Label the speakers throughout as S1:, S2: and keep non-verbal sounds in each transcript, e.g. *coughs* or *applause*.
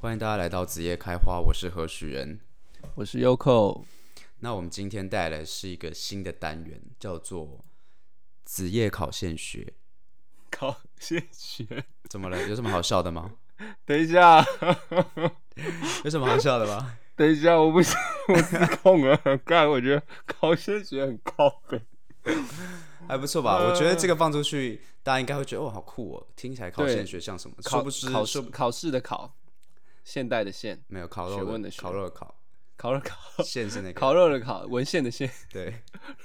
S1: 欢迎大家来到子夜开花，我是何许人。
S2: 我是 Yoko，
S1: 那我们今天带来的是一个新的单元，叫做子夜考现学。
S2: 考谢学。
S1: 怎么了？有什么好笑的吗？
S2: *laughs* 等一下， *laughs*
S1: 有什么好笑的吗？
S2: 等一下，我不行， *laughs* 我失控了。 *laughs* 干，我觉得考谢学很高欸分。
S1: *laughs* 还不错吧？我觉得这个放出去，大家应该会觉得哦，好酷哦，听起来考
S2: 对
S1: 现学像什么？殊
S2: 考
S1: 不知
S2: 考
S1: 说
S2: 试考试的考，现代的现，
S1: 没有烤
S2: 学
S1: 肉
S2: 问的学
S1: 烤肉的 *laughs* 烤
S2: 烤肉考，
S1: 现是那个
S2: 烤肉的 *laughs* 考，文献的献。
S1: 对，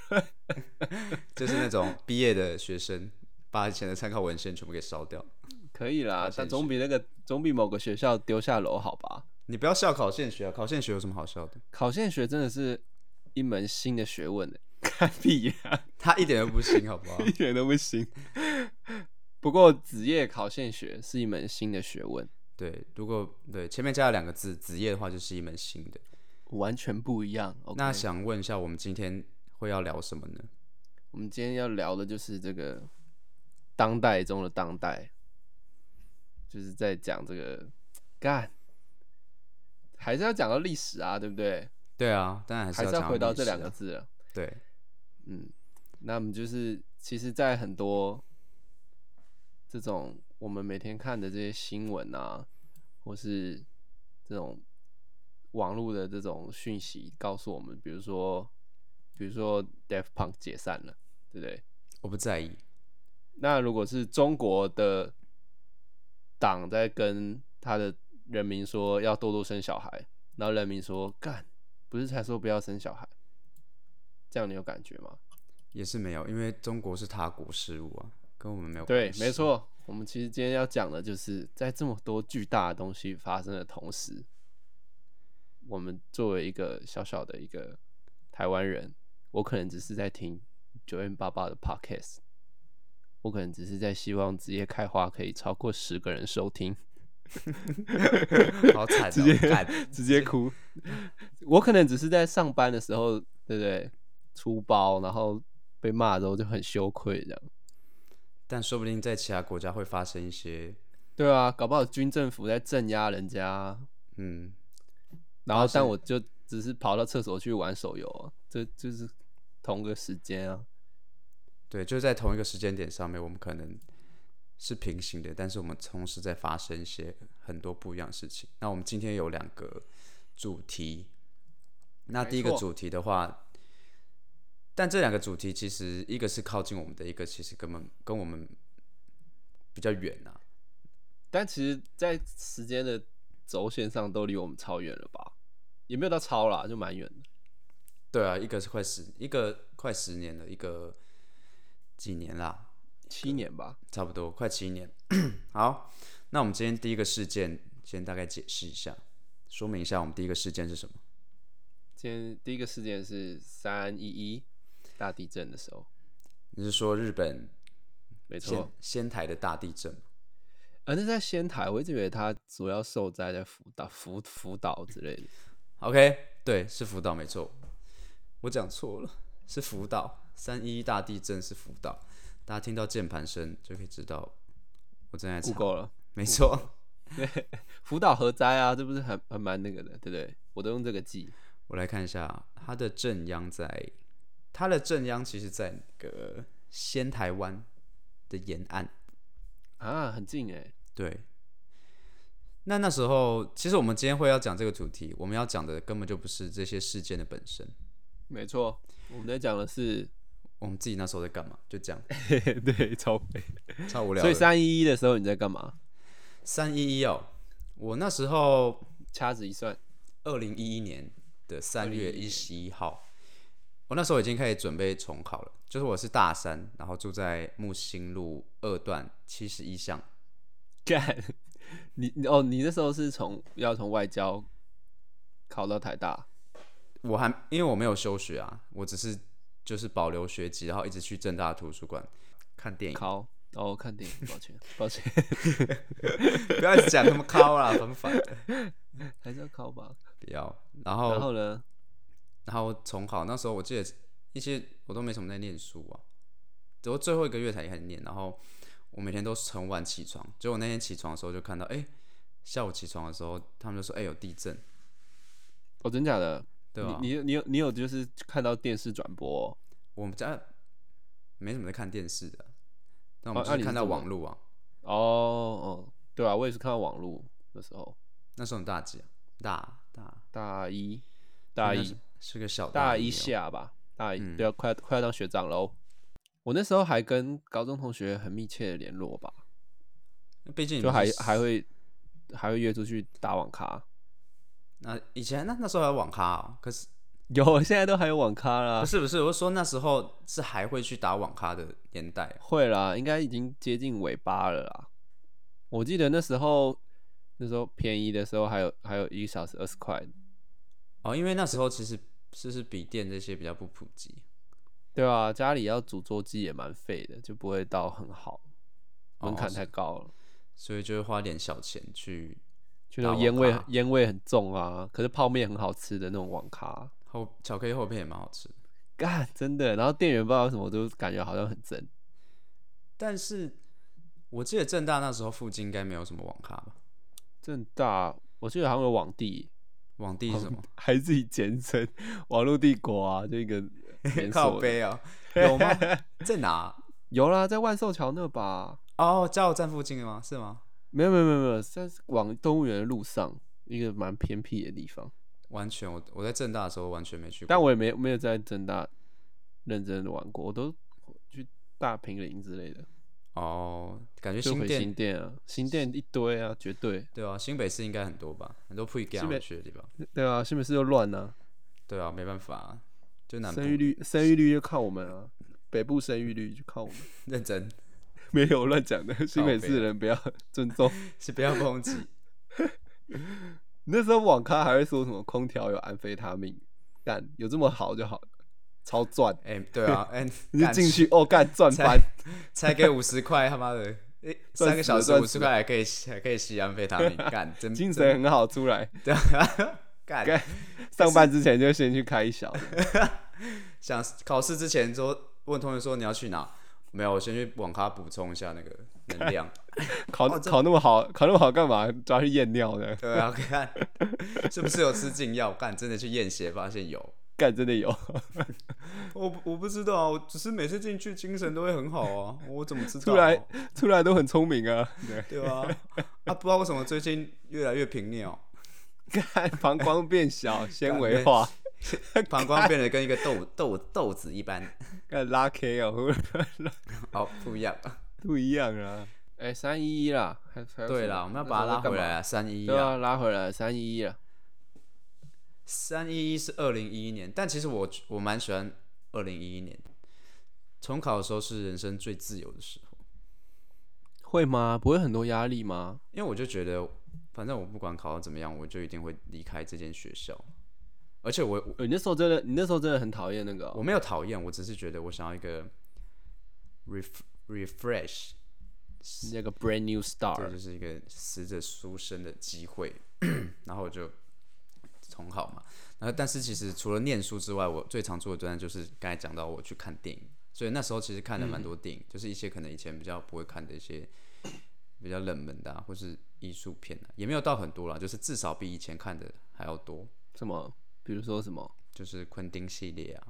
S1: *laughs* 就是那种毕业的学生把以前的参考文献全部给烧掉。
S2: 可以啦
S1: 现，
S2: 但总比那个总比某个学校丢下楼好吧？
S1: 你不要笑考现学啊！考现学有什么好笑的？
S2: 考现学真的是一门新的学问呢，看屁呀、
S1: 他一点都不行，好不好？
S2: *laughs* 一点都不行。不过子夜考现学是一门新的学问，
S1: 对，如果对前面加了两个字“子夜”的话，就是一门新的。
S2: 完全不一样。OK，
S1: 那想问一下，我们今天会要聊什么呢？
S2: 我们今天要聊的就是这个当代中的当代，就是在讲这个干，还是要讲到历史啊，对不对？
S1: 对啊，当然还是
S2: 还是
S1: 讲、
S2: 要回到这两
S1: 啊
S2: 个。字了。
S1: 对，
S2: 嗯，那我们就是其实，在很多这种我们每天看的这些新闻啊，或是这种网络的这种讯息，告诉我们，比如说，比如说 Def Punk 解散了，对不对？
S1: 我不在意。
S2: 那如果是中国的党在跟他的人民说要多多生小孩，然后人民说干，不是才说不要生小孩，这样你有感觉吗？
S1: 也是没有，因为中国是他国事务啊，跟我们没有
S2: 对
S1: 关，系
S2: 没。错。我们其实今天要讲的就是，在这么多巨大的东西发生的同时，我们作为一个小小的一个台湾人，我可能只是在听九零八八的 podcast，我可能只是在希望职业开花可以超过十个人收听，
S1: *laughs* 好惨、哦，
S2: 直接
S1: 干
S2: *laughs* 直接哭。我可能只是在上班的时候，对不对？出包，然后被骂之后就很羞愧，这样。
S1: 但说不定在其他国家会发生一些，
S2: 对啊，搞不好军政府在镇压人家啊，
S1: 嗯，
S2: 然后但我就只是跑到厕所去玩手游、啊，这就是同个时间啊。
S1: 对，就在同一个时间点上面，我们可能是平行的，但是我们同时在发生一些很多不一样的事情。那我们今天有两个主题，那
S2: 没
S1: 第一个
S2: 错
S1: 主题的话，但这两个主题其实一个是靠近我们的，一个其实根本跟我们比较远啊。
S2: 但其实，在时间的轴线上都离我们超远了吧？也没有到超啦，就蛮远的。
S1: 对啊，一个是快十，一个快十年了，一个几年啦，
S2: 七年吧，
S1: 差不多快七年。 *clears throat* 好，那我们今天第一个事件，先大概解释一下，说明一下我们第一个事件是什么。
S2: 今天第一个事件是三一一大地震的时候，
S1: 你是说日本
S2: 没错
S1: 仙。仙台的大地震吗？
S2: 啊，那在仙台，我一直以为它主要受灾在福岛、福福岛之类的。
S1: OK，对，是福岛没错，我讲错了，是福岛三一一大地震是福岛，大家听到键盘声就可以知道我正在查，
S2: Google 了，
S1: 没错，
S2: 福岛核灾啊，这不是很很蛮那个的，对不对？我都用这个记。
S1: 我来看一下它的正央在，它的正央其实在那个仙台湾的沿岸，
S2: 啊，很近哎。
S1: 对。那那时候，其实我们今天会要讲这个主题，我们要讲的根本就不是这些事件的本身，
S2: 没错，我们在讲的是，
S1: 我们自己那时候在干嘛？就这样，
S2: 对，超美。
S1: 超无聊
S2: *laughs* 所
S1: 的。
S2: 以三一一的时候你在干嘛？
S1: 三一一哦，我那时候
S2: 掐指一算，
S1: 二零一一年的三月一十一号，我那时候已经开始准备重考了，就是我是大三，然后住在木星路二段七十一巷，
S2: 干， *laughs* 你你哦，你那时候是从要从外交考到台大，
S1: 我还因为我没有休学啊，我只是就是保留学籍，然后一直去正大图书馆看电影。
S2: 考哦看电影，抱歉抱歉，
S1: 不要一直讲那么高啦，很烦的。
S2: 还是要考吧。
S1: 不要，然后
S2: 然后呢，
S1: 然后重考那时候我记得一些我都没什么在念书啊，只有最后一个月才开始念。然后我每天都很晚起床，结果我那天起床的时候就看到，哎、下午起床的时候，他们就说：“哎、有地震，
S2: 哦，真假的？
S1: 对吧、
S2: 你你你有你有就是看到电视转播哦、
S1: 我们家没怎么在看电视的，但我
S2: 哦
S1: 们
S2: 那
S1: 就是
S2: 你
S1: 看
S2: 是
S1: 到
S2: 怎么
S1: 网络啊。
S2: 哦哦，对啊，我也是看到网络的时候，
S1: 那时候很大几啊？大大
S2: 大一，大
S1: 那
S2: 一
S1: 是，是个小
S2: 大
S1: 一
S2: 一
S1: 哦
S2: 下吧，大
S1: 嗯
S2: 一，对啊，快要快要当学长喽。我那时候还跟高中同学很密切的联络吧，
S1: 毕竟你
S2: 就
S1: 们
S2: 还
S1: 是
S2: 还会还会约出去打网咖。
S1: 那以前那那时候还有网咖哦，可是
S2: 有，现在都还有网咖啦
S1: 不。是不是，我是说那时候是还会去打网咖的年代哦，
S2: 会啦，应该已经接近尾巴了啦。我记得那时候，那时候便宜的时候还有还有一个小时二十块，
S1: 哦，因为那时候其实就是笔电这些比较不普及，
S2: 对啊，家里要煮桌机也蛮费的，就不会到很好，
S1: 哦
S2: 门槛
S1: 是
S2: 太高了。
S1: 所以就会花点小钱去
S2: 就那
S1: 打
S2: 种
S1: 网
S2: 烟味
S1: 咖
S2: 烟味很重啊，可是泡面很好吃的那种网咖，
S1: 后巧克力厚片也蛮好吃的，
S2: 干真的。然后店员不知道为什么，我就感觉好像很真。
S1: 但是我记得正大那时候附近应该没有什么网咖吧？
S2: 正大，我记得好像有网地，
S1: 网地是什么？
S2: 还自己简称网络帝国啊，就一
S1: *laughs*
S2: 个连
S1: 靠
S2: 锁的。
S1: 背哦， *laughs* 有
S2: *laughs*
S1: 吗？在哪？
S2: 有啦，在万寿桥那吧？
S1: 哦，加油站附近的吗？是吗？
S2: 没有没有没有没有，在往动物园的路上，一个蛮偏僻的地方。
S1: 完全，我我在正大的时候完全没去过。
S2: 但我也没没有在正大认真的玩过，我都去大平林之类的，
S1: 哦，感觉
S2: 就
S1: 新
S2: 回
S1: 店
S2: 新店啊，新店一堆啊，绝对。
S1: 对啊，新北市应该很多吧，很多 pre g a
S2: 新
S1: m
S2: 北
S1: 去的地方。
S2: 对啊，新北市又乱啊，
S1: 对啊，没办法、就南部
S2: 生育率生育率就靠我们啊，北部生育率就靠我们。
S1: 认真
S2: *laughs* 没有乱讲的，新北啊市的人不 *laughs* 要尊重。
S1: 是不要抨击。
S2: 那时候网咖还会说什么空调有安非他命，干有这么好就好了，超赚。
S1: 哎、对啊，哎、
S2: *laughs* 你就
S1: 干
S2: 进去哦，干赚
S1: 才
S2: 翻，
S1: 才给五十块，他妈的，哎
S2: 赚
S1: 三个
S2: 死
S1: 小
S2: 了
S1: 时
S2: 赚
S1: 五
S2: 死
S1: 十
S2: 了
S1: 块还可以吸还可以吸安非他
S2: *laughs*
S1: 命，干真
S2: 精
S1: 真
S2: 神很好，出来
S1: 对啊，
S2: 干
S1: 干
S2: 上班之前就先去开一 *laughs* 小的，
S1: 想考试之前说问同学说你要去哪？没有，我先去网咖补充一下那个能量。
S2: 考
S1: 哦
S2: 考那么好，考那么好干嘛？抓去验尿的，
S1: 对啊，看是不是有吃禁药？干真的去验血发现有，
S2: 干真的有。 *laughs*
S1: 我不我不知道啊，我只是每次进去精神都会很好啊，我怎么知道、
S2: 出来出来都很聪明啊，对，
S1: 对啊，啊，不知道为什么最近越来越哦频尿，
S2: 看膀胱变小，纤维化，
S1: 膀胱变得跟一个豆豆豆子一般。
S2: 看拉 K 哦，
S1: 哦，不一样。
S2: 不一样啊。哎，三一一啦，还还有
S1: 对
S2: 什么
S1: 啦，我们要把它拉回来。啊，三
S2: 那
S1: 一
S2: 时候在干嘛对
S1: 啊，
S2: 啊，拉回来三一一啊。
S1: 三一一是二零一一年，但其实我我蛮喜欢二零一一年。重考的时候是人生最自由的时候，
S2: 会吗？不会很多压力吗？
S1: 因为我就觉得，反正我不管考到怎么样，我就一定会离开这间学校。而且我我
S2: 呃你那时候真的，你那时候真的很讨厌那个哦、
S1: 我没有讨厌，我只是觉得我想要一个 ref refresh
S2: 那个 brand new
S1: 这
S2: star，
S1: 就是一个死者书生的机会。 *clears throat* 然后我就重考嘛。然后，但是其实除了念书之外，我最常做的专案就是刚才讲到我去看电影，所以那时候其实看了蛮多电影，
S2: 嗯
S1: 就是一些可能以前比较不会看的一些比较冷门的、啊，或是艺术片、啊，也没有到很多啦，就是至少比以前看的还要多，
S2: 什么？比如说什么？
S1: 就是昆汀系列啊，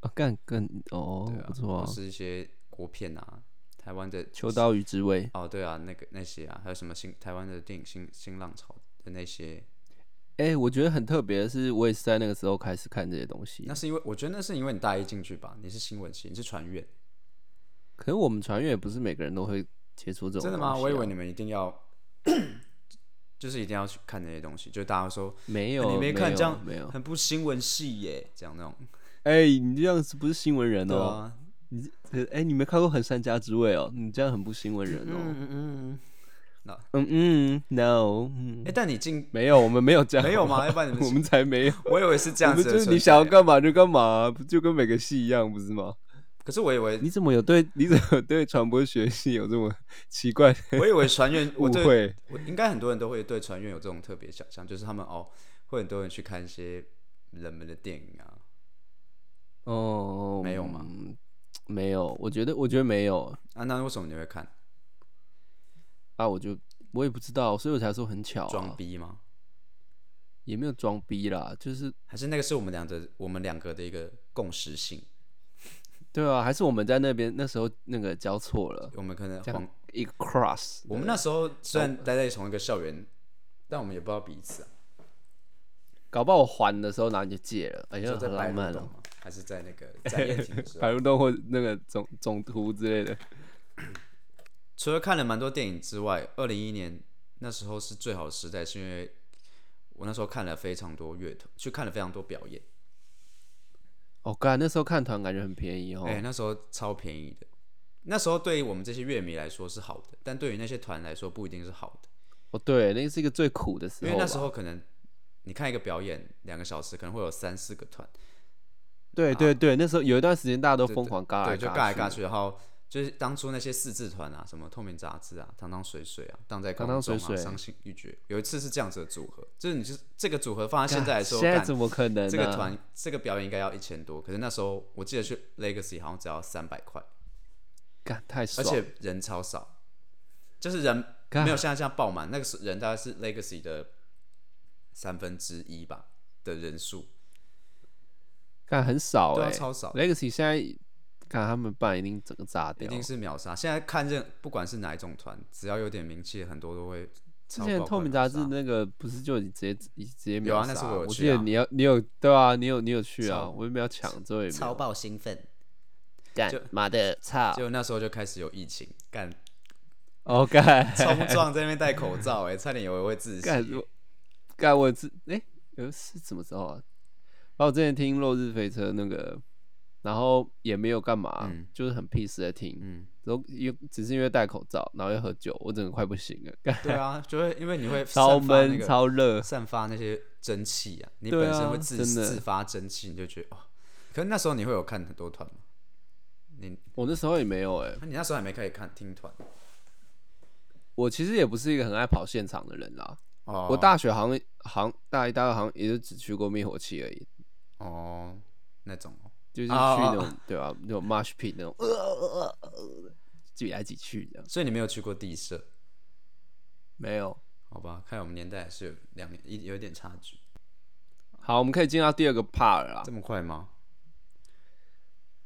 S2: 啊，干更哦
S1: 对，啊
S2: 不，错
S1: 或
S2: 啊。
S1: 是一些国片啊，台湾的
S2: 秋刀鱼之味，
S1: 哦，对啊，那个那些啊，还有什么新台湾的电影新新浪潮的那些
S2: 哎、我觉得很特别的是，我也是在那个时候开始看这些东西
S1: 那。是因为我觉得那是因为你大一进去吧，你是新闻系，你是传院，
S2: 可是我们船员也不是每个人都会接触这种、啊
S1: 真的吗？我以为你们一定要，就是一定要去看那些东西，就大家说哎
S2: 没有，
S1: 你没看
S2: 有
S1: 这样
S2: 没有。
S1: 很不新闻系耶，这样那种，
S2: 哎、你这样子不是新闻人
S1: 对
S2: 哦。
S1: 啊，
S2: 哎、你没看过《很善家之味》哦，你这样很不新闻人哦。
S1: 嗯嗯嗯，
S2: 嗯嗯，no，嗯
S1: 哎，但你进
S2: 没有，我们没有这样，
S1: 没有
S2: 好不
S1: 吗？
S2: *laughs* 好？
S1: 要不然你
S2: 我
S1: 们
S2: 们才没有，
S1: 我以为是这
S2: 我
S1: 样
S2: 们
S1: 子
S2: 就
S1: 的
S2: 是
S1: 存
S2: 你想要
S1: 在，
S2: 干嘛就干嘛，不就跟每个系一样，不是吗？
S1: 可是我以为
S2: 你怎么有对你怎么对传播学系有这么奇怪的
S1: 我以为传院，我
S2: 误
S1: 对
S2: 会？
S1: 我应该很多人都会对传院有这种特别想象，就是他们哦会很多人去看一些冷门的电影啊，
S2: *laughs* 哦，
S1: 没有吗
S2: 嗯没有，我觉得我觉得没有
S1: 啊，那为什么你会看？
S2: 啊，我就我也不知道，所以我才说很巧、
S1: 装
S2: 啊，
S1: 逼吗？
S2: 也没有装逼啦，就是
S1: 还是那个是我们两个我们两个的一个共识性？
S2: 对啊，还是我们在那边那时候那个交错了，
S1: 我们可能
S2: 这
S1: 黄
S2: 样一个 cross，
S1: 我们那时候虽然待在同一个校园，但我们也不知道彼此啊，
S2: 搞不好我还的时候，然后你就借了，哎呀，
S1: 就在
S2: 很
S1: 白
S2: 浪
S1: 鹿
S2: 漫
S1: 洞啊
S2: 哦、
S1: 吗？还是在那个 *laughs* 展演厅的时候
S2: 白？鹿洞或那个总总图之类的，
S1: 除了看了蛮多电影之外，二零一一年那时候是最好的时代，是因为我那时候看了非常多乐团，去看了非常多表演，
S2: 哦，干，那时候看团感觉很便宜哦、
S1: 哎、那时候超便宜的。那时候对于我们这些乐迷来说是好的，但对于那些团来说不一定是好的，
S2: 哦，对，那是一个最苦的时
S1: 因
S2: 候吧，
S1: 为那时候可能你看一个表演两个小时，可能会有三四个团，
S2: 对对对，那时候有一段时间大家都
S1: 啊对
S2: 疯狂嘎来
S1: 对，就尬来
S2: 去
S1: 尬去，然后就是当初那些四字团啊，什么透明杂志啊、糖糖水水啊、荡在空
S2: 糖糖
S1: 中
S2: 水
S1: 啊、
S2: 水
S1: 伤心欲绝，有一次是这样子的组合，就是你就是这个组合放在现在来说，
S2: 现在
S1: 干
S2: 怎么可能、啊？
S1: 这个团这个表演应该要一千多，可是那时候我记得去 Legacy 好像只要三百块，
S2: 干太
S1: 而
S2: 爽，
S1: 且人超少，就是人
S2: 干
S1: 没有现在这样爆满，那个时人大概是 Legacy 的三分之一吧的人数，
S2: 干很少
S1: 对啊
S2: 哎、
S1: 超少
S2: Legacy 现在看他们办一定整个炸
S1: 一
S2: 掉，
S1: 定是秒杀。现在看任不管是哪一种团，只要有点名气，很多都会
S2: 之
S1: 超爆款秒杀。
S2: 前透明杂志那个不是就已经直接已直接
S1: 有
S2: 秒
S1: 啊
S2: 杀、
S1: 那次我有
S2: 我
S1: 去
S2: 记得
S1: 啊
S2: 你要你有对啊，你有你有去啊，
S1: 超
S2: 我也没有抢，最后也没
S1: 超
S2: 有
S1: 爆兴奋，
S2: 干
S1: 就
S2: 妈的操
S1: 结果那时候就开始有疫情，干
S2: 哦干
S1: *laughs* 冲撞在那边戴口罩、哎，差点以为会窒息。
S2: 干我干我之哎、呃是什么时候啊？然后我之前听《落日飞车》那个，然后也没有干嘛，
S1: 嗯
S2: 就是很 peace 的听，
S1: 嗯，
S2: 然后又只是因为戴口罩，然后又喝酒，我整个快不行了，干
S1: 对啊，就会因为你会
S2: *laughs* 超
S1: 散发那
S2: 闷、
S1: 个
S2: 超热，
S1: 散发那些蒸汽啊，你
S2: 对
S1: 本
S2: 啊
S1: 身会自、
S2: 真的
S1: 自发蒸汽，你就觉得哦。可是那时候你会有看很多团吗？你
S2: 我那时候也没有哎、
S1: 你那时候还没开始看听团
S2: 我其实也不是一个很爱跑现场的人啦。
S1: 哦。
S2: 我大学好像好像大一、大二好像也就只去过灭火器而已，
S1: 哦那种哦
S2: 就是去
S1: 啊
S2: 那种、对吧、那种 marsh pit 那种，呃呃呃呃挤来挤去的，
S1: 所以你没有去过地社，
S2: 没有。
S1: 好吧？看来我们年代还是有两年一有一点差距，
S2: 好，我们可以进到第二个 part 了啦
S1: 这。么快吗？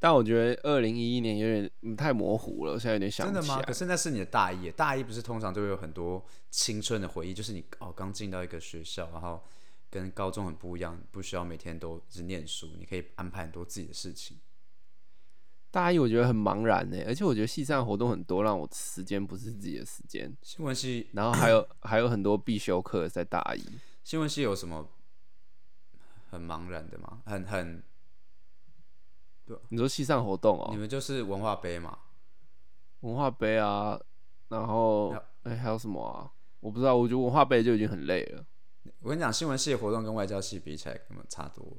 S2: 但我觉得二零一一年有点嗯太模糊了，我现在有点想
S1: 真
S2: 不
S1: 的
S2: 起
S1: 吗？
S2: 来
S1: 可。是那是你的大一耶，大一不是通常都会有很多青春的回忆，就是你哦刚进到一个学校，然后跟高中很不一样，不需要每天都是念书，你可以安排很多自己的事情。
S2: 大一我觉得很茫然呢、而且我觉得系上活动很多，让我时间不是自己的时间。
S1: 新闻系
S2: 然后还有 *coughs* 还有很多必修课在大一，
S1: 新闻系有什么很茫然的吗？很很，
S2: 你说系上活动
S1: 你
S2: 哦，
S1: 们就是文化杯嘛？
S2: 文化杯啊，然后
S1: 还
S2: 哎、还有什么啊？我不知道，我觉得文化杯就已经很累了。
S1: 我跟你讲，新闻系的活动跟外交系比起来，根本差多了。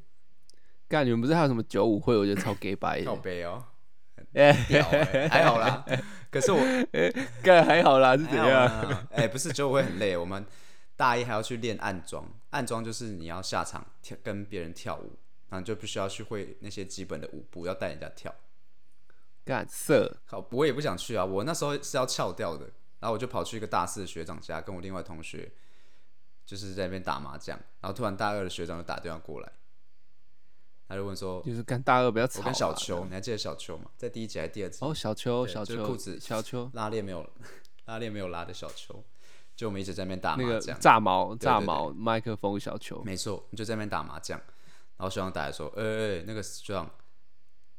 S2: 干，你们不是还有什么九舞会？我觉得超 gay 白
S1: 靠
S2: 的。
S1: 背
S2: *laughs*
S1: 哦，
S2: 哎、
S1: 屌
S2: *laughs*
S1: 欸还好啦。可是我
S2: 干还好啦，是怎
S1: 还好
S2: 样？
S1: 啦哎、不是，就会很累。我们大一还要去练暗装，暗装就是你要下场跳跟别人跳舞，然后你就必须要去会那些基本的舞步，要带人家跳。
S2: 干色
S1: 好，我也不想去啊。我那时候是要翘掉的，然后我就跑去一个大四的学长家，跟我另外同学就是在那边打麻将，然后突然大二的学长就打电话过来，他就问说
S2: 就是干大二不要：“吵
S1: 我
S2: 啦。
S1: 跟小秋，你还记得小秋吗？在第一集还是第二集？
S2: 哦，小秋，
S1: 对
S2: 小
S1: 就是
S2: 秋，
S1: 裤子
S2: 小秋，
S1: 拉链没有 *laughs* 拉链没有拉的小秋，就我们一直在那边打
S2: 那
S1: 麻
S2: 个
S1: 将。
S2: 炸毛，炸
S1: 对
S2: 毛，麦克风小球，
S1: 没错，我们就在那边打麻将，然后学长打来说：“哎、欸、那个学长，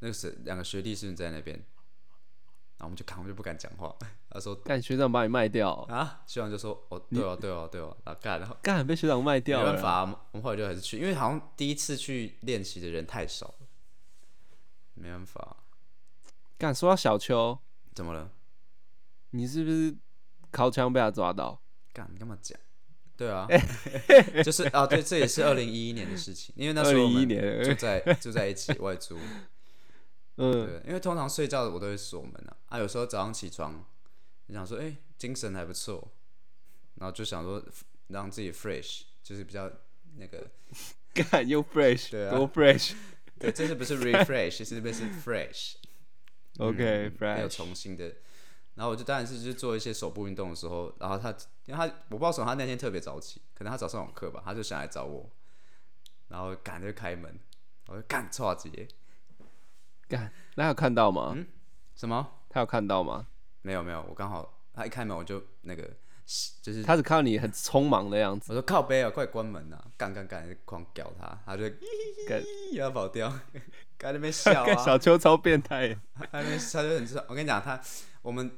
S1: 那个是两个学弟是不是在那边？”然后我们就看，我们就不敢讲话。他说
S2: 干学长把你卖掉，
S1: 啊，学长就说哦，对哦，对哦，对哦，啊干，然后
S2: 干被学长卖
S1: 没
S2: *laughs* 掉
S1: 办
S2: 了
S1: 法、。啊，我们后来就还是去，因为好像第一次去练习的人太少了，没办法，
S2: 干说到小秋，
S1: 怎么了？
S2: 你是不是靠枪被他抓到？
S1: 干，你干嘛讲？对
S2: *laughs*
S1: 啊，就是啊，对，这也是二零一一年的事情，因为那时候我
S2: 2011
S1: 们
S2: 年
S1: 住在住在一起外租，
S2: 嗯，
S1: 对，因为通常睡觉我都会锁门啊，啊，有时候早上起床，你想说，哎、精神还不错，然后就想说让自己 fresh，就是比较那个，
S2: 干又 fresh，
S1: 对啊
S2: 多 fresh。
S1: 对， *laughs* 这是不是 refresh，这是不是 fresh？嗯没有
S2: OK，fresh。
S1: 重新的然后我就当然是就做一些手部运动的时候，然后他因为他我不知道为什么他那天特别早起，可能他早上有课吧，他就想来找我，然后赶着开门，我就干错姐
S2: 干，那他有看到吗？
S1: 嗯什么？
S2: 他有看到吗？
S1: 没有没有，我刚好他一开门我就那个就是
S2: 他只看到你很匆忙的样子，
S1: 我说靠背啊，快关门呐、啊！干干干，狂屌他，他就
S2: 干
S1: 要跑掉， *laughs* 干那边笑
S2: 干
S1: 啊，
S2: 小秋超变态耶，
S1: 他那边他就很知道。我跟你讲，他我们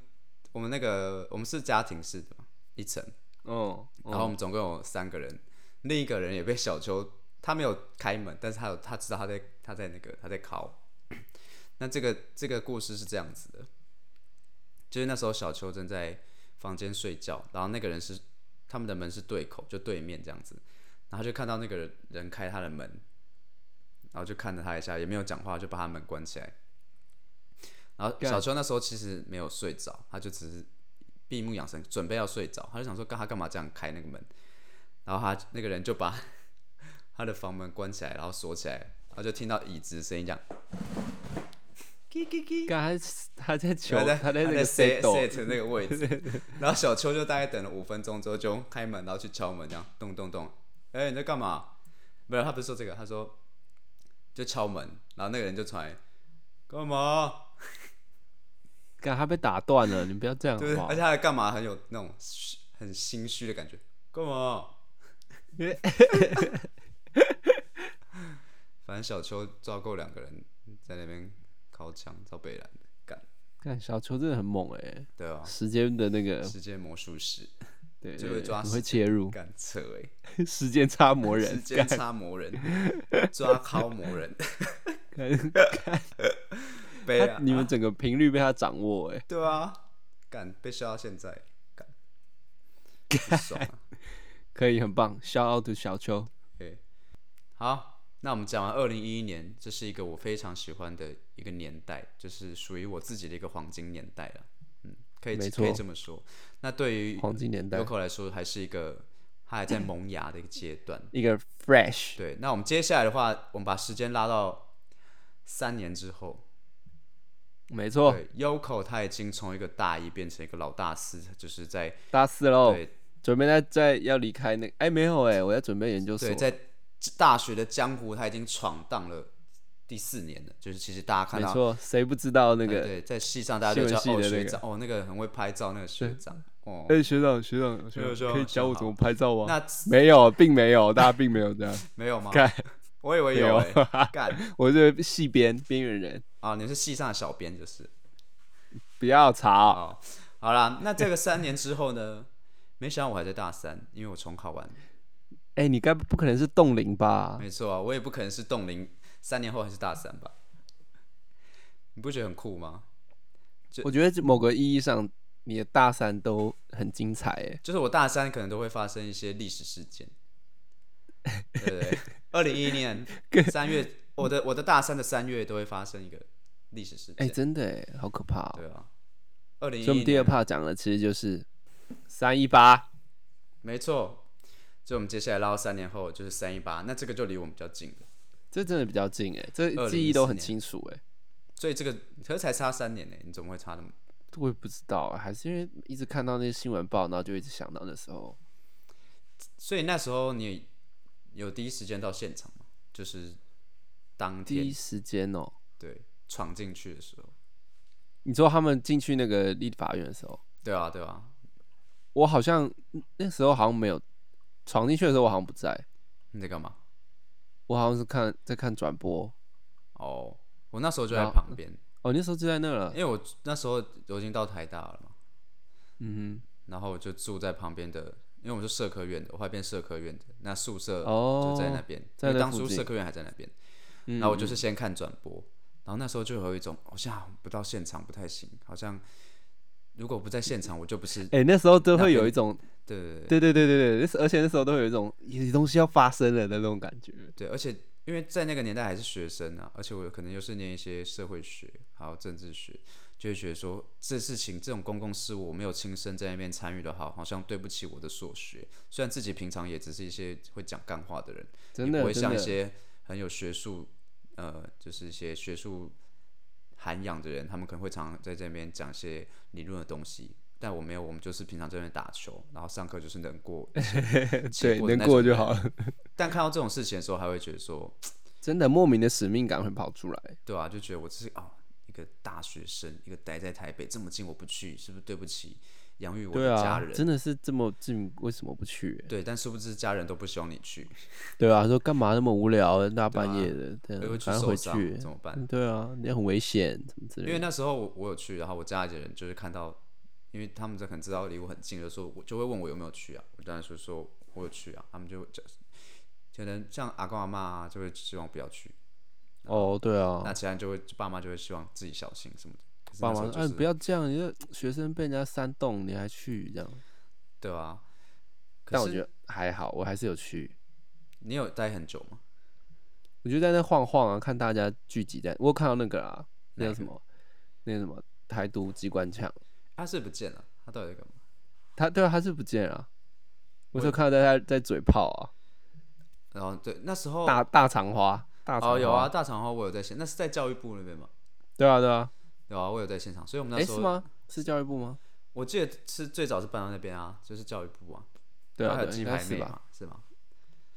S1: 我们那个我们是家庭式的嘛，一层，
S2: 嗯，
S1: 然后我们总共有三个人，另一个人也被小秋，他没有开门，但是他有他知道他在他在那个他在考。 *clears throat* 那这个这个故事是这样子的，就是那时候小秋正在房间睡觉，然后那个人是他们的门是对口，就对面这样子，然后就看到那个人人开他的门，然后就看了他一下，也没有讲话，就把他门关起来。然后
S2: 干
S1: 小秋那时候其实没有睡着，他就只是闭目养神，准备要睡着，他就想说，干他干嘛这样开那个门？然后他那个人就把 *laughs* 他的房门关起来，然后锁起来，然后就听到椅子的声音这样，叽叽叽，
S2: 干他他在求
S1: 他在
S2: 他在那
S1: 他在
S2: 个
S1: set
S2: set door
S1: set 那个位置，然后小秋就大概等了五分钟之后就开门，然后去敲门，这样咚咚咚，哎、你在干嘛？没有，他不是说这个，他说就敲门，然后那个人就传来干嘛？
S2: 干他被打断了，你不要这样好
S1: 对，
S2: 不好
S1: 而且？他还干嘛很有那种虚很心虚的感觉，干
S2: *laughs*
S1: 嘛？反正小秋抓够两个人在那边靠墙，超北蓝的，干
S2: 干小球真的很猛哎，
S1: 对啊，
S2: 时间的那个
S1: 世界魔术师
S2: 对，
S1: 就
S2: 对
S1: 会抓
S2: 很
S1: 时
S2: 会切入
S1: 干扯哎，
S2: 时间差魔
S1: 时
S2: 人，
S1: 间差魔人，抓靠魔
S2: *laughs*
S1: 人，
S2: 干
S1: 北
S2: 他
S1: 啊，
S2: 你们整个频率被他掌握哎，
S1: 对啊，干被笑到现在，
S2: *laughs*
S1: 干不爽啊！
S2: 可以很棒，shout out to 小秋，
S1: 对，好，那我们讲完二零一一年，这是一个我非常喜欢的一个年代，就是属于我自己的一个黄金年代了。嗯，可以
S2: 没
S1: 可以
S2: 错
S1: 这么说。那对于
S2: 黄金年代
S1: 流口来说，还是一个它还在萌芽的一个阶段。
S2: 一个 fresh
S1: 对，那我们接下来的话，我们把时间拉到三年之后。
S2: 没错，
S1: 对，Yoko 他已经从一个大一变成一个老大四，就是在
S2: 大四喽，
S1: 对
S2: 准备在在要离开那个哎没有哎，我在准备研究所
S1: 对，，在大学的江湖他已经闯荡了第四年了。就是其实大家看
S2: 没
S1: 到
S2: 错，谁不知道那
S1: 对
S2: 个
S1: 哎对，在戏上大家都
S2: 新
S1: 叫
S2: 闻
S1: 哦
S2: 系的那
S1: 学
S2: 个
S1: 长，哦那个很会拍照那个学长，哦。
S2: 哎、学长学长，学
S1: 有时候
S2: 长可以教我怎么拍照吗？
S1: 那
S2: 没有，并没有，大家并没有这样。
S1: 没有吗？
S2: 干，
S1: 我以为
S2: 没
S1: 有
S2: 有
S1: 欸
S2: *laughs*
S1: 干
S2: 我这个戏边边缘人，
S1: 啊！你是戏上的小编就是
S2: 不要吵。
S1: 哦。好啦，那这个三年之后呢？没想到我还在大三，因为我重考完。
S2: 哎、你该不可能是冻龄吧？
S1: 没错啊，我也不可能是冻龄，三年后还是大三吧？你不觉得很酷吗？
S2: 我觉得某个意义上，你的大三都很精彩哎。
S1: 就是我大三可能都会发生一些历史事件，对不
S2: *laughs*
S1: 对？二零一一年三月，我的我的大三的三月都会发生一个历史事
S2: 哎、
S1: 件，
S2: 真的哎，好可怕、哦。
S1: 对啊。二零一
S2: 所以我
S1: 一
S2: 们第二
S1: 年，
S2: 趴讲的其实就是三一八，
S1: 没错，就我们接下来拉到三年后就是三一八，那这个就离我们比较近了，
S2: 这真的比较近哎，这
S1: 2014
S2: 记忆都很清楚哎。
S1: 所以这个可是才差三年呢，你怎么会差那么？
S2: 我也不知道啊，还是因为一直看到那些新闻报，然后就一直想到那时候。
S1: 所以那时候你有第一时间到现场吗？就是当
S2: 第
S1: 天
S2: 一时间哦、
S1: 对闯进去的时候，
S2: 你说他们进去那个立法院的时候，
S1: 对啊对啊，
S2: 我好像那时候好像没有闯进去的时候，我好像不在，
S1: 你在干嘛？
S2: 我好像是看在看转播。
S1: 哦，我那时候就在
S2: 然后
S1: 旁边，
S2: 哦，你那时候就在那了
S1: 因。为我那时候我已经到台大了嘛，
S2: 嗯
S1: 然后我就住在旁边的，因为我是社科院的，我后来变社科院的，那宿舍
S2: 哦
S1: 呃就在那边，
S2: 在
S1: 因为
S2: 那
S1: 当
S2: 附
S1: 初
S2: 近
S1: 社科院还在那边，
S2: 嗯
S1: 然后我就是先看转播，然后那时候就有一种，好像不到现场不太行，好像如果不在现场，我就不是
S2: 哎、那时候都会有一种，
S1: 对对对
S2: 对对对对对，那时而且那时候都会有一种有东西要发生了的那种感觉。
S1: 对，而且因为在那个年代还是学生啊，而且我可能又是念一些社会学还有政治学，就会觉得说这事情这种公共事务我没有亲身在那边参与的话，好像对不起我的所学。虽然自己平常也只是一些会讲干话的人，
S2: 真
S1: 也
S2: 的
S1: 不会
S2: 真
S1: 像一
S2: 的，
S1: 些很有学术，呃，就是一些学术涵养的人，他们可能会常常在这边讲一些理论的东西，但我没有，我们就是平常这边打球，然后上课就是能过，
S2: *laughs* 对，
S1: 我的
S2: 能
S1: 那
S2: 过
S1: 种
S2: 就
S1: 人
S2: 好了。
S1: *laughs* 但看到这种事情的时候，还会觉得说，
S2: 真的莫名的使命感会跑出来。
S1: 对啊，就觉得我是哦一个大学生，一个待在台北这么近我不去，是不是对不起养育我
S2: 对
S1: 的家
S2: 啊
S1: 人？，
S2: 真的是这么近，为什么不去、 *laughs*
S1: 对，但殊不知家人都不希望你去，
S2: 对啊，说干嘛那么无聊，大半夜的，对
S1: 会不会
S2: 啊，
S1: 去
S2: 赶快
S1: 受
S2: 回
S1: 伤
S2: 去
S1: 怎。么办？
S2: 嗯对啊，你很危险，怎么之
S1: 因
S2: 类
S1: 为
S2: 的。
S1: 那时候我我有去，然后我家里的人就是看到，因为他们这可能知道离我很近，就说我就会问我有没有去啊，我当然是说我有去啊，他们就就可能像阿公阿妈、啊、就会希望我不要去，
S2: 哦，对
S1: 那
S2: 啊，
S1: 其他人就会爸妈就会希望自己小心什么的。可是
S2: 爸
S1: 那时
S2: 妈
S1: 候就
S2: 说，哎，
S1: 是
S2: 你不要这样，你这学生被人家煽动，你还去这样？
S1: 对啊，可
S2: 但我
S1: 是
S2: 觉得还好，我还是有去。
S1: 你有待很久吗？
S2: 我就在那晃晃啊，看大家聚集在，我有看到那个啊，那
S1: 哪
S2: 叫
S1: 个
S2: 什么，那个什么台独机关枪，
S1: 他是不见了，他到底在干嘛？
S2: 他对啊，他是不见了啊，我
S1: 我
S2: 就看到大家在嘴炮啊，
S1: 然后对那时候
S2: 大大肠花，哦大肠花
S1: 哦有啊，，大长花我有在现，那是在教育部那边嘛，
S2: 对啊对啊，
S1: 对啊，我有在现场，所以我们
S2: 哎、
S1: 那时
S2: 是
S1: 候
S2: 吗？是教育部吗？
S1: 我记得是最早是搬到那边啊，就是教育部啊，
S2: 对
S1: 然
S2: 啊，
S1: 后还有
S2: 对啊
S1: 鸡
S2: 应该
S1: 排
S2: 是
S1: 妹
S2: 吧？
S1: 嘛，是吗？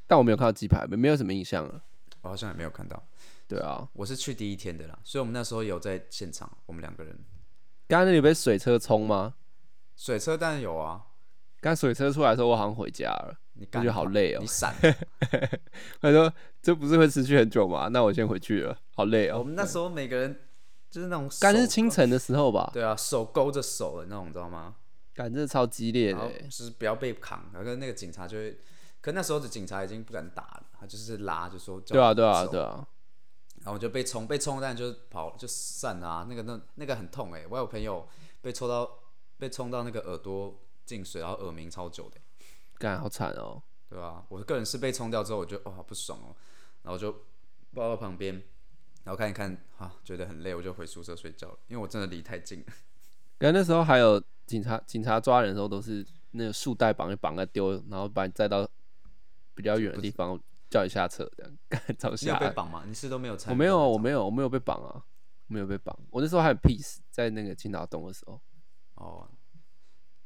S2: 但我没有看到鸡排，没没有什么印象了。
S1: 我好像也没有看到，
S2: 对啊，
S1: 我是去第一天的啦，所以我们那时候有在现场，我们两个人
S2: 刚刚那里有被水车冲吗？
S1: 水车当然有啊，
S2: 刚水车出来的时候，我好像回家了，
S1: 你
S2: 我
S1: 感
S2: 觉得好累哦
S1: 你、
S2: *laughs*
S1: 闪。
S2: 他说：“这不是会持续很久吗？那我先回去了，好累
S1: 我
S2: 哦。
S1: 们那时候每个人就是那种”
S2: 刚
S1: 手
S2: 是清晨的时候吧？
S1: 对啊，手勾着手的那种，你知道吗？
S2: 感真的超激烈
S1: 然
S2: 的
S1: 后
S2: 欸，
S1: 就是不要被扛，然后那个警察就会，可那时候的警察已经不敢打了，他就是拉就说叫
S2: 对啊，
S1: 我
S2: 对啊，
S1: 走
S2: 对啊，
S1: 然后我就被冲，被冲但就跑就散啊，那个那那个很痛哎、我有朋友被抽到被冲到那个耳朵进水，然后耳鸣超久的欸、
S2: 干好惨哦。
S1: 对啊，我个人是被冲掉之后，我就哦好不爽哦，然后就抱到旁边，然后看一看啊，觉得很累，我就回宿舍睡觉了，因为我真的离太近了。
S2: 感觉那时候还有警察，警察抓人的时候都是那个束带绑一绑，再丢，然后把你载到比较远的地方，叫你下车，这样干超
S1: 你有
S2: 吓
S1: 被
S2: 人。
S1: 绑吗？你是都没有参与？
S2: 我没有啊，我没有，我没有被绑啊，没有被绑。我那时候还有 peace，在那个青岛东的时候，
S1: 哦，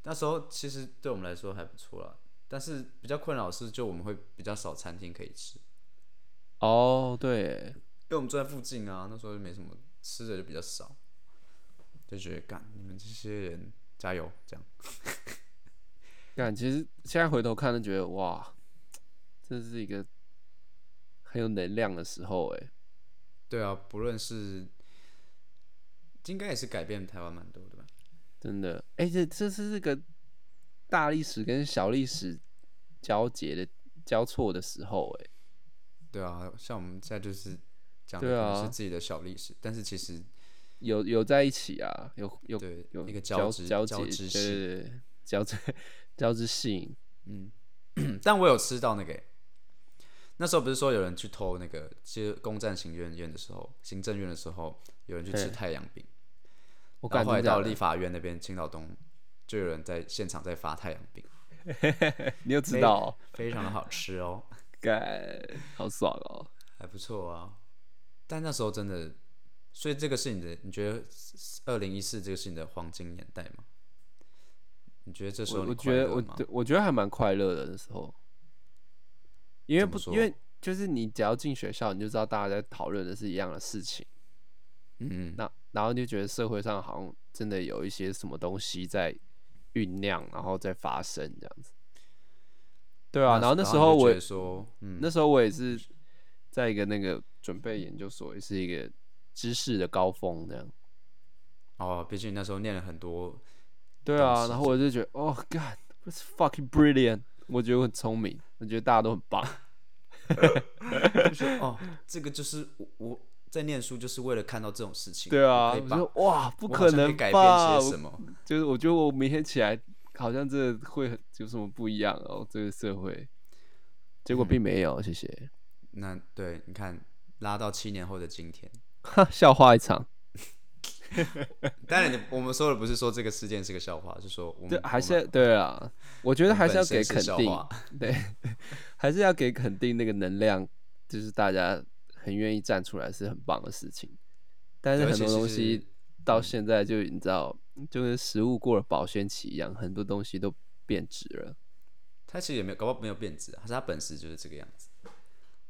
S1: 那时候其实对我们来说还不错啦，但是比较困扰的是，就我们会比较少餐厅可以吃，
S2: 哦，对耶，
S1: 因为我们住在附近啊，那时候就没什么吃的，就比较少，就觉得干你们这些人加油这样。
S2: 干，其实现在回头看就觉得哇，这是一个很有能量的时候，哎，
S1: 对啊，不论是应该也是改变台湾蛮多的吧。
S2: 真的，哎、这这是这个大历史跟小历史交结的交错的时候，哎，
S1: 对啊，像我们现在就是讲的
S2: 对
S1: 可能
S2: 啊
S1: 是自己的小历史，但是其实
S2: 有有在一起啊，有有
S1: 对
S2: 有
S1: 一个
S2: 交
S1: 织
S2: 交
S1: 交
S2: 结，对
S1: 织性。
S2: 对对，交织交织性，
S1: 嗯但我有吃到那个欸，那时候不是说有人去偷那个，就是攻占行政院的时候，行政院的时候有人去吃
S2: 对
S1: 太阳饼，
S2: 我
S1: 然
S2: 感
S1: 后后来
S2: 觉
S1: 到立法院那边青岛东就有人在现场在发太阳饼，
S2: 你又知
S1: 没
S2: 道、哦，
S1: 非常的好吃哦，
S2: 干，好爽哦。
S1: 还不错啊。但那时候真的，所以这个是你的，你觉得二零一四这个是你的黄金年代吗？你觉得这时候
S2: 我
S1: 你
S2: 我
S1: 快
S2: 觉得
S1: 乐
S2: 我
S1: 吗？
S2: 对我觉得还蛮快乐的那时候，因为
S1: 怎么
S2: 不
S1: 说
S2: 因为就是你只要进学校，你就知道大家在讨论的是一样的事情，
S1: 嗯，
S2: 那然后你就觉得社会上好像真的有一些什么东西在酝酿，然后再发生这样子。对啊，然后那时候
S1: 你就
S2: 我
S1: 觉得说，嗯，
S2: 那时候我也是在一个那个准备研究所，也是一个知识的高峰这样。
S1: 哦，毕竟那时候念了很多
S2: 对啊，然后我就觉得，哦，God，t s fucking brilliant！我觉得我很聪明，我觉得大家都很棒。
S1: 哦，这个就是我我在念书就是为了看到这种事情。
S2: 对啊，
S1: 我可
S2: 我
S1: 以把
S2: 说哇，不
S1: 我好
S2: 可
S1: 像以
S2: 能
S1: 改
S2: 吧？
S1: 变
S2: 我
S1: 些什么？
S2: 就是我觉得我明天起来好像真的会很有什么不一样哦，这个社会。结果并没有，谢谢。
S1: 那对，你看拉到七年后的今天，
S2: 哈，笑话一场。
S1: 当然你我们说的不是说这个事件是个笑话，是说我
S2: 对，
S1: 们
S2: 还
S1: 我
S2: 是
S1: 们
S2: 对啊，我觉
S1: 我
S2: 得
S1: 们
S2: 还是要
S1: 本身
S2: 给
S1: 是
S2: 肯
S1: 笑
S2: 定，
S1: 话
S2: 对， *laughs* 还是要给肯定那个能量，就是大家很愿意站出来是很棒的事情。但是
S1: 对而
S2: 很
S1: 且其
S2: 多东
S1: 实嗯
S2: 西到现在就你知道，就跟食物过了保鲜期一样，很多东西都变质了。
S1: 它其实也没有，搞不好没有变质啊，它是它本质就是这个样子。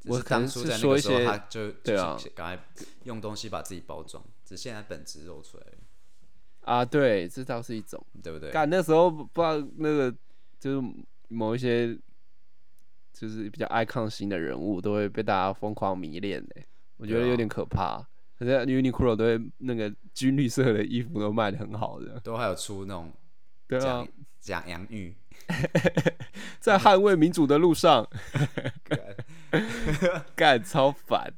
S1: 只
S2: 我
S1: 是
S2: 可
S1: 当
S2: 能
S1: 初
S2: 是
S1: 在那
S2: 说
S1: 个
S2: 一
S1: 时候，
S2: 些
S1: 它就
S2: 对啊
S1: 就是赶快用东西把自己包装，只是现在本质露出来而已，
S2: 啊，对，这倒是一种。
S1: 对不对？
S2: 干那时候不不知道那个就是某一些就是比较爱抗性的人物都会被大家疯狂迷恋哎、我觉
S1: 对
S2: 得
S1: 啊
S2: 有点可怕。可是 Uniqlo 都会那个军绿色的衣服都卖的很好的，
S1: 都还有出那种
S2: 对啊
S1: 假，假洋芋，
S2: 在捍卫民主的
S1: *laughs*
S2: 路上， *laughs* 干超烦，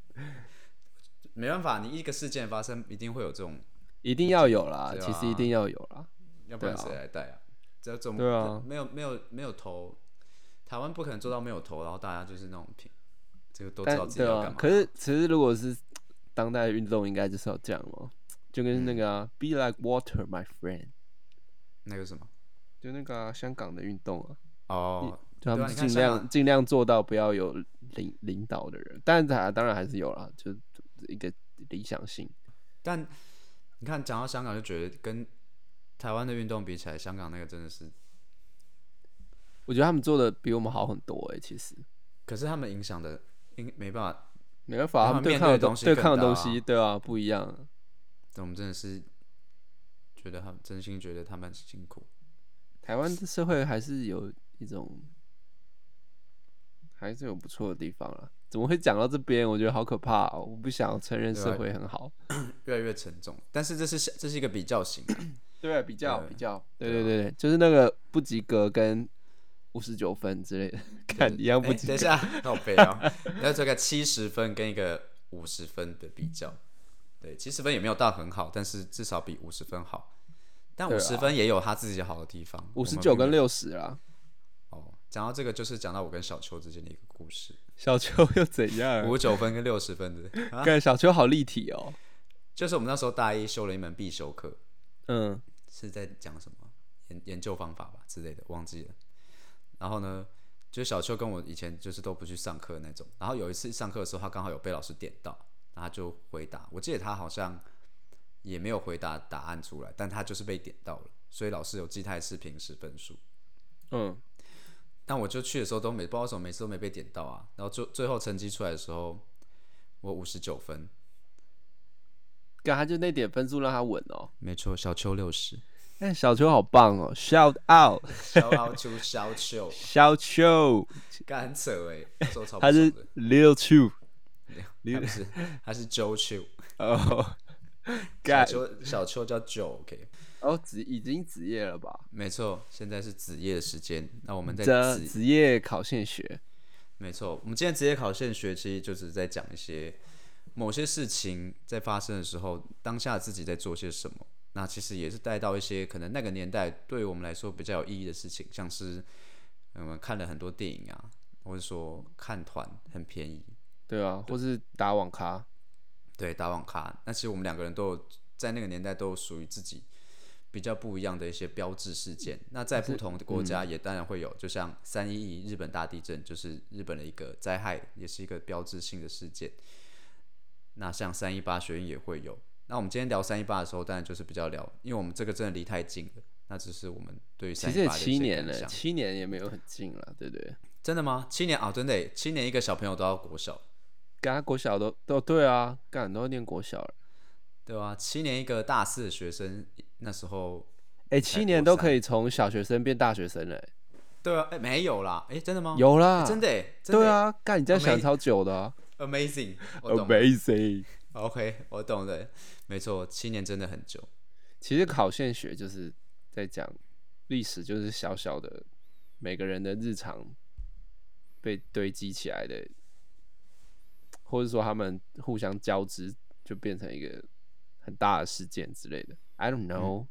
S1: 没办法，你一个事件发生，一定会有这种，
S2: 一定要有啦，
S1: 对
S2: 其实一
S1: 啊
S2: 定要有啦。
S1: 要不然
S2: 对啊
S1: 谁来带啊？只要总
S2: 对啊
S1: 没有没有没有投，台湾不可能做到没有投，然后大家就是那种平，这个都知道
S2: 但
S1: 自己
S2: 对
S1: 要干
S2: 啊
S1: 嘛，。
S2: 可是其实如果是当代运动，应该就是要这样咯，就跟那个
S1: 嗯
S2: 啊、Be like water, my friend，
S1: 那个什么
S2: 就那个啊、香港的运动啊，
S1: 哦，对
S2: 他
S1: 啊
S2: 们
S1: 你看
S2: 尽
S1: 香
S2: 量
S1: 港
S2: 尽量做到不要有领领导的人，但是还当然还是有啦，就一个理想性。
S1: 但你看讲到香港，就觉得跟台湾的运动比起来，香港那个真的是，
S2: 我觉得他们做的比我们好很多诶、其实
S1: 可是他们影响的应没办法，
S2: 没办法，
S1: 他
S2: 他
S1: 们
S2: 们对
S1: 面
S2: 抗
S1: 对
S2: 的
S1: 的
S2: 东
S1: 东西
S2: 对
S1: 更
S2: 抗的
S1: 大
S2: 东
S1: 啊
S2: 西，对啊，不一样。
S1: 我们真的是觉得他们真心觉得他们很辛苦。
S2: 台湾的社会还是有一种，还是有不错的地方啦。怎么会讲到这边？我觉得好可怕、哦，我不想承认
S1: 对啊
S2: 社会很好。
S1: 越来越沉重，但是这是这是一个比较
S2: *laughs*
S1: 型、啊，
S2: 对，比较
S1: 对
S2: 比较，对
S1: 对
S2: 对
S1: 啊
S2: 对对，就是那个不及格跟五十九分之类的，看一样不
S1: 哎
S2: 及
S1: 等一
S2: 格。
S1: 下， *laughs* 那我背啊，那这个七十分跟一个五十分的比较，对，七十分也没有到很好，但是至少比五十分好。但
S2: 对
S1: 五
S2: 啊
S1: 十分也有他自己好的地方。
S2: 五十
S1: 我们
S2: 九
S1: 并
S2: 跟
S1: 没有
S2: 六十啦，
S1: 哦，讲到这个就是讲到我跟小秋之间的一个故事，
S2: 小秋又怎样？啊
S1: 五九分跟六十分的，啊
S2: 看小秋好立体哦。
S1: 就是我们那时候大一修了一门必修课，
S2: 嗯，
S1: 是在讲什么研研究方法吧之类的，忘记了。然后呢，就是小秋跟我以前就是都不去上课那种。然后有一次上课的时候，他刚好有被老师点到，然后他就回答。我记得他好像也没有回答答案出来，但他就是被点到了，所以老师有记他的视频时分数。
S2: 嗯，
S1: 但我就去的时候都没不知道为什么每次都没被点到啊。然后最最后成绩出来的时候，我五十九分，
S2: 刚他就那点分数让他稳哦。
S1: 没错，小秋六十。
S2: 但哎小秋好棒哦，shout out
S1: 小老出小
S2: *laughs*
S1: 秋，
S2: 小秋，
S1: 干很扯哎、那时候超不
S2: 他
S1: 爽
S2: 是
S1: 的。
S2: little two
S1: 他不是，他是周秋，
S2: 哦，
S1: 小
S2: *laughs* 干
S1: 秋小秋叫九 OK，
S2: 哦，职已经职业了吧？
S1: 没错，现在是子夜的时间，那我们在
S2: 这
S1: 子，
S2: 职业考现学，
S1: 没错，我们今天职业考现学期就是在讲一些某些事情在发生的时候，当下自己在做些什么。那其实也是带到一些可能那个年代对我们来说比较有意义的事情，像是嗯我们看了很多电影啊，或者说看团很便宜，
S2: 对啊，或是打网咖，
S1: 对，打网咖。那其实我们两个人都有在那个年代都有属于自己比较不一样的一些标志事件。那在不同的国
S2: 嗯
S1: 家也当然会有，就像三一一日本大地震，就是日本的一个灾害，也是一个标志性的事件。那像三一八学运也会有。那我们今天聊三一八的时候，当然就是比较聊，因为我们这个真的离太近了。那只是我们对于
S2: 其
S1: 三
S2: 实
S1: 一
S2: 也
S1: 八的一
S2: 七
S1: 些
S2: 年
S1: 感
S2: 了，
S1: 想。
S2: 七年也没有很近了，对不对？
S1: 真的吗？七年啊，真的耶，七年一个小朋友都要国小，
S2: 干他国小都都对啊，干都要念国小了，
S1: 对吧、七年一个大四的学生，那时候
S2: 哎、
S1: 才
S2: 七
S1: 国
S2: 年都
S1: 三
S2: 可以从小学生变大学生了欸、
S1: 对啊，哎、没有啦，哎、真的吗？
S2: 有啦，
S1: 诶真的哎、真
S2: 对
S1: 的
S2: 啊，Oh, 干你这样想
S1: Amazing
S2: 超久的、啊、
S1: 欸、，amazing，我懂了
S2: ，Amazing。
S1: ，OK，我懂的，没错，七年真的很久，
S2: 其实考现学就是在讲历史，就是小小的每个人的日常被堆积起来的，或者说他们互相交织，就变成一个很大的事件之类的。I don't know，、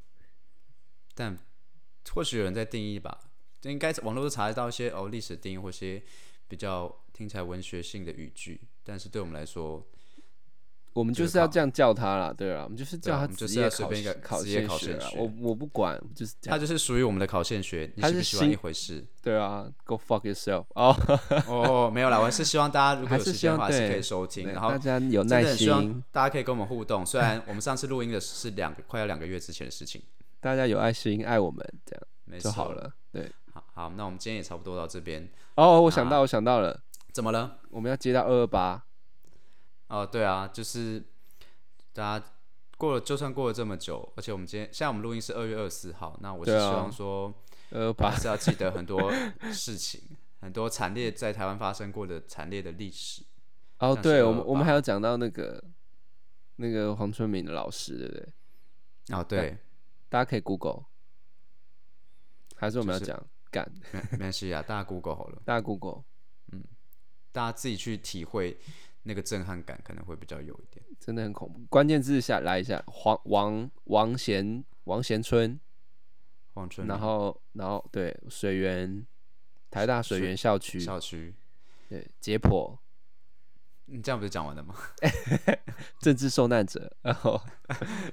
S1: 但或许有人在定义吧，就应该网络都查得到一些哦历史定义或一些比较听起来文学性的语句，但是对我们来说，
S2: 我们就是要这样叫他啦，对啊，我们就是
S1: 对
S2: 叫
S1: 啊
S2: 他
S1: 我们就
S2: 职
S1: 是要
S2: 业
S1: 随
S2: 考
S1: 便一个
S2: 试考
S1: 职业
S2: 现
S1: 考
S2: 学
S1: 现
S2: 啊，
S1: 学
S2: 我我不管，就是这
S1: 它
S2: 样，
S1: 就是属于我们的考现学，你
S2: 它
S1: 喜不
S2: 是
S1: 喜欢
S2: 新
S1: 一回事。
S2: 对啊，Go fuck yourself 哦，
S1: 哦，没有啦，我还是希望大家如果
S2: 还
S1: 有
S2: 是
S1: 时
S2: 希
S1: 间的话
S2: 望
S1: 还是
S2: 对
S1: 可以收听，
S2: 对
S1: 然后
S2: 大家有
S1: 真
S2: 耐
S1: 的很希
S2: 心
S1: 望，大家可以跟我们互动。虽然我们上次录音的是两个快要两个月之前的事情，
S2: 大家有爱心，爱我们这样
S1: 没
S2: *laughs* 就好
S1: 错。啊
S2: 了。对，
S1: 好好，那我们今天也差不多到这边，
S2: 哦，我想到，我想到了，
S1: 怎么了？
S2: 我们要接到二二八，
S1: 哦，对啊，就是大家过了，就算过了这么久，而且我们今天现在我们录音是二月二十四号，那我是
S2: 对
S1: 希
S2: 啊
S1: 望
S2: *laughs*
S1: 说
S2: 二
S1: 还
S2: 二
S1: *laughs*
S2: 八，
S1: 是要记得很多事情，很多惨烈在台湾发生过的惨烈的历史。
S2: 哦，
S1: 像
S2: 对
S1: 是
S2: 我们
S1: 228
S2: 我们还要讲到那个那个黄春明的老师，对不对？
S1: 哦，对，
S2: 大家可以 Google，还是我们要
S1: 就是
S2: 讲干，
S1: 没没关系啊，大家 Google 好了。
S2: 大家 Google，
S1: 大家自己去体会那个震撼感，可能会比较有一点。
S2: 真的很恐怖。关键字下来一下，黄王王贤王贤春，
S1: 望春
S2: 然
S1: 明
S2: 后然后对水源台大水源校区，
S1: 校区，
S2: 对解剖
S1: 你这样不是讲完了吗？
S2: 政治受难者，然后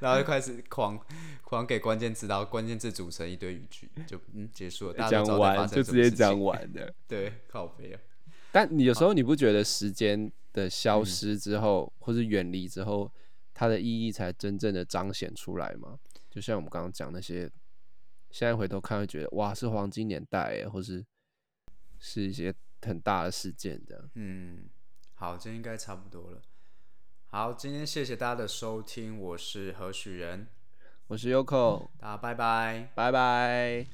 S1: 然后就开始狂狂给关键字，然后关键字组成一堆语句，就嗯结束了。大家
S2: 讲
S1: 都知道在发
S2: 完
S1: 生
S2: 就
S1: 什
S2: 直
S1: 么事
S2: 接
S1: 情
S2: 讲。完的。
S1: 对，靠背啊。
S2: 但你有时候你不觉得时间的
S1: 嗯
S2: 消失之后，或是远离之后，它的意义才真正的彰显出来吗？就像我们刚刚讲那些，现在回头看会觉得哇，是黄金年代耶，或是是一些很大的事件这样。
S1: 嗯，好，今天应该差不多了。好，今天谢谢大家的收听，我是何许人，
S2: 我是 Yoko，
S1: 大家拜拜。
S2: 拜拜。